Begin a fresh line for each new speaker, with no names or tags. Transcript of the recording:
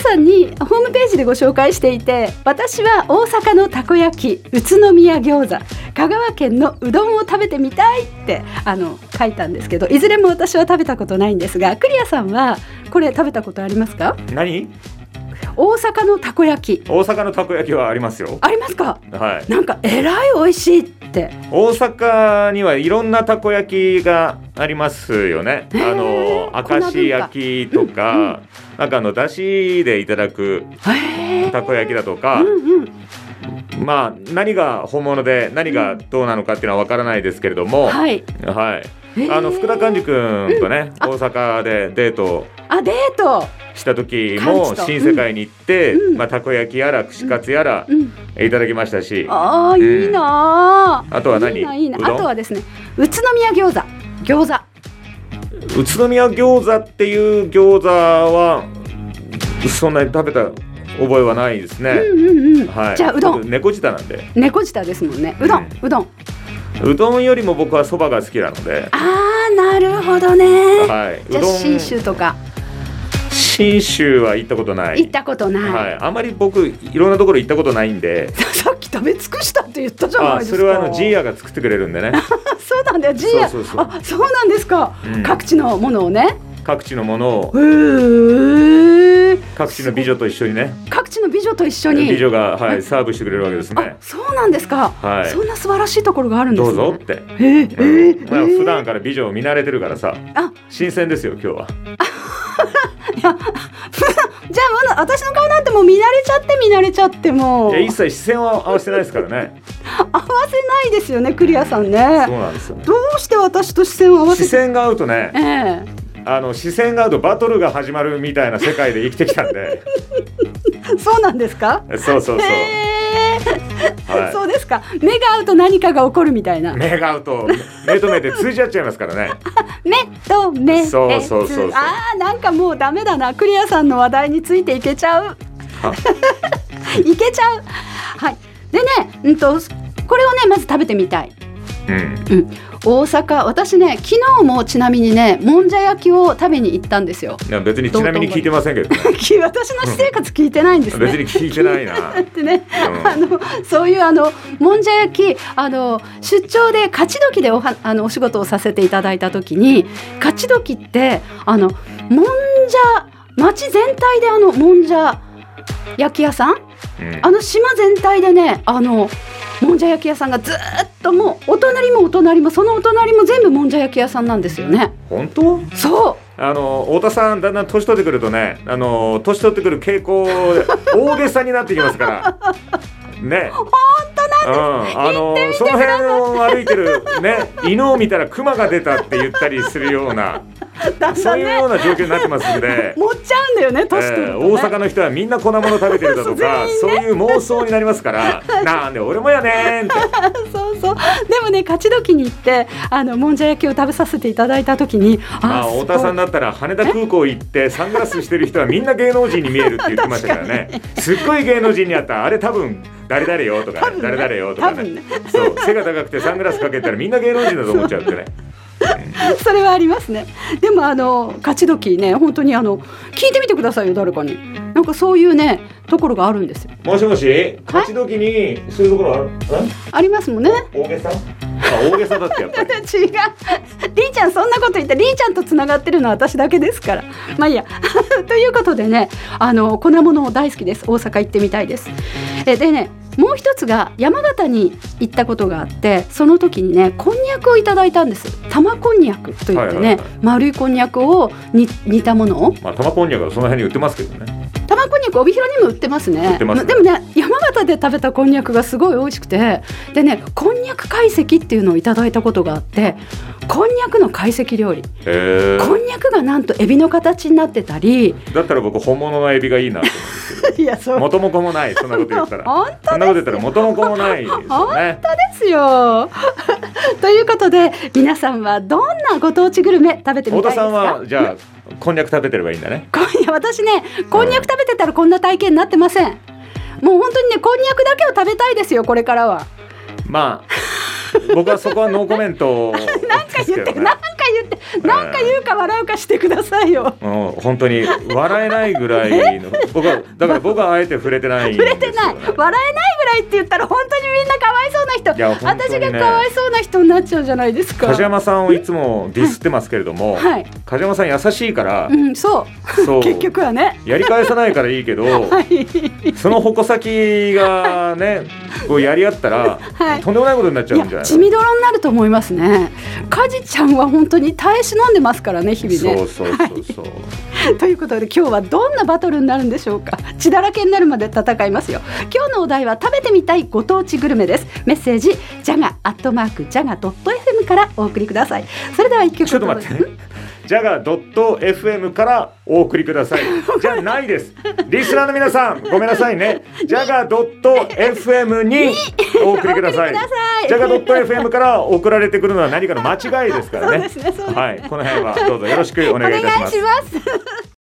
さんにホームページでご紹介していて私は大阪のたこ焼き宇都宮餃子香川県のうどんを食べてみたいってあの書いたんですけどいずれも私は食べたことないんですがクリアさんはこれ食べたことありますか
何
大阪のたこ焼き
大阪のたこ焼きはありますよ
ありますか
はい
なんかえらい美味しいって
大阪にはいろんなたこ焼きがありますよね。あの
こんな文化
明石焼きとか、なんかあのだしでいただく
へえ
たこ焼きだとか
う、んうん
まあ何が本物で何がどうなのかっていうのはわからないですけれども、は。
はいい
あの
へえ
福田寛治君とね、
あ
大阪でデート
あデート
した時も
寛治と
新世界に行って、
うん
まあたこ焼きやら串カツやら
うん
いただきましたし、
ああいいなあ
あとは何
いいないいな
うどん
あとはですね宇都宮餃子餃子
宇都宮餃子っていう餃子はそんなに食べた覚えはないですね、
うんうんうん、
はい、
じゃあうどん
僕猫舌なんで
猫舌ですもんねうどん、うどん
うどんよりも僕はそばが好きなので、
あーなるほどね、
はい、
じゃ
う
あ
どん
信州とか
信州は行ったことない
行ったことない、
はい、あまり僕いろんなところ行ったことないんで
さっき食べ尽くしたって言ったじゃない
あ
です
そ
か
れはあのジーヤが作ってくれるんで ね
そうなんだよジーヤ
そうそうそう
あそうなんですか、
うん
各地のものをね
各地のもの を
へえ
各地の美女と一緒にね
各地の美女と一緒に
美女が、はい、サーブしてくれるわけです
あ
ね
そうなんですか、
はい
そんな素晴らしいところがあるんですね
どうぞって、
へえへえへえ
まあ、普段から美女を見慣れてるからさ
あ
新鮮ですよ今日は。
じゃあまだ私の顔なんてもう見慣れちゃって見慣れちゃってもう
いや一切視線は合わせてないですからね。
合わせないですよねクリアさんね
そうなんですよね。
どうして私と視線を合わせ
視
て
線が合うと
え
ね、
え
あの視線が合うとバトルが始まるみたいな世界で生きてきたんで、
そうなんですか
そうそうそう。
へえ、
はい
そうですか目が合うと何かが起こるみたいな
目が合うと目と目で通じ合っちゃいますからね。
目と目
そうそうそうそう
あーなんかもうダメだなクリアさんの話題についていけちゃう いけちゃうはいでねうんとこれをねまず食べてみたい
うん。
うん、大阪私ね昨日もちなみにねもんじゃ焼きを食べに行ったんです よ
いや別にちなみに聞いてませんけどね、
私の私生活聞いてないんですね
別に聞いてないな
だ。ってね、
うん
あのそういうあのもんじゃ焼きあの出張で勝ち時でおはあのお仕事をさせていただいた時に勝ち時ってあのもんじゃ町全体であのもんじゃ焼き屋さん
うん
あの島全体でねあのもんじゃ焼き屋さんがずーっともうお隣もお隣もそのお隣も全部もんじゃ焼き屋さんなんですよね
本当？
そう
あの太田さんだんだん年取ってくるとね、あの年取ってくる傾向で大げさになってきますから。ね。本当なんです。うん、あのその辺を歩いてるね、犬を見たらクマが出たって言ったりするような、
だんだ
そうんいうよ
ね
うな状況になってますんで。
持っちゃうんだよね
え
年取る
ー
と、ね
大阪の人はみんな粉物食べてる だとかそういう妄想になりますから「なんで俺もやねん」って
そうそうでもね勝ち時に行ってあのもんじゃ焼きを食べさせていただいた時に
まあ
すごい
太田さんだったら羽田空港行ってサングラスしてる人はみんな芸能人に見えるって言ってましたからねすっごい芸能人にあったあれ多分誰々よとか、ね、誰々よとか
多分ね
ねそう背が高くてサングラスかけたらみんな芸能人だと思っちゃうってね
それはありますねでもあの勝ち時ね本当にあの聞いてみてくださいよ誰かになんかそういうねところがあるんですよ
もしもし勝ち時にそういうところある
ありますもんね
ん大げさあ大げさだっ てやっぱり
違うりーちゃんそんなこと言ってりーちゃんとつながってるのは私だけですからまあいいや ということでねあの粉物大好きです大阪行ってみたいですえでねもう一つが山形に行ったことがあってその時にねこんにゃくをいただいたんです玉こんにゃくといってね、
はいはいはい
丸いこんにゃくをに煮たものを
まあ玉こんにゃくはその辺に売ってますけどね
玉こんにゃく帯広にも売ってますね
売ってますね
でもね山形で食べたこんにゃくがすごい美味しくてでねこんにゃく懐石っていうのをいただいたことがあってこんにゃくの懐石料理
へ
こんにゃくがなんとエビの形になってたり
えだったら僕本物のエビが いいなと思うんですけど
いや そう
元も子もないそんなこと言ったら
本
そんなこと言ったら元も子もないですよね
当ですよということで皆さんはどんなご当地グルメ食べてみ
太
たいです
田さん
か
はじゃあこんにゃく食べてればいいんだね。
今夜私ねこんにゃく食べてたらこんな体験になってませんもう本当にねこんにゃくだけを食べたいですよこれからは
まあ僕はそこはノーコメン ト
なんか言って、なんか言って、なんか言うか笑うかしてくださいよ。
もう本当に笑えないぐらいの僕はだから僕はあえて触れてないんで
触
すよね、
れてない笑えないぐらいって言ったら本当にみんなかわいそうない
や
人
本当にね
私がかわいそうな人になっちゃうじゃないですか。
梶山さんをいつもディスってますけれども、
はい
梶山さん優しいから
う、ん、そう
そう
結局はね。
やり返さないからいいけど、
はい
その矛先がね、こうやり合ったら、
はい
とんでもないことになっちゃ
い
うんじゃ
や
ない
地味泥になると思いますね。カジちゃんは本当に耐え忍んでますからね日々
そ
ね
う。そうそうそ う、
ということで今日はどんなバトルになるんでしょうか血だらけになるまで戦いますよ今日のお題は食べてみたいご当地グルメですメッセージジャガアットマークジャガ .fm からお送りくださいそれでは一曲
ちょっと待ってね
ん。
ジャガー .fm からお送りください。じゃないです。リスナーの皆さん、ごめんなさいね。ジャガー .fm にお送りくださ
お送
い
りくださ。い
ジャガー .fm から送られてく るのは何かの間違いですからね。
そうですねそうですね
はい、この辺はどうぞよろしく
お
お願
願い
いいたします
し。ます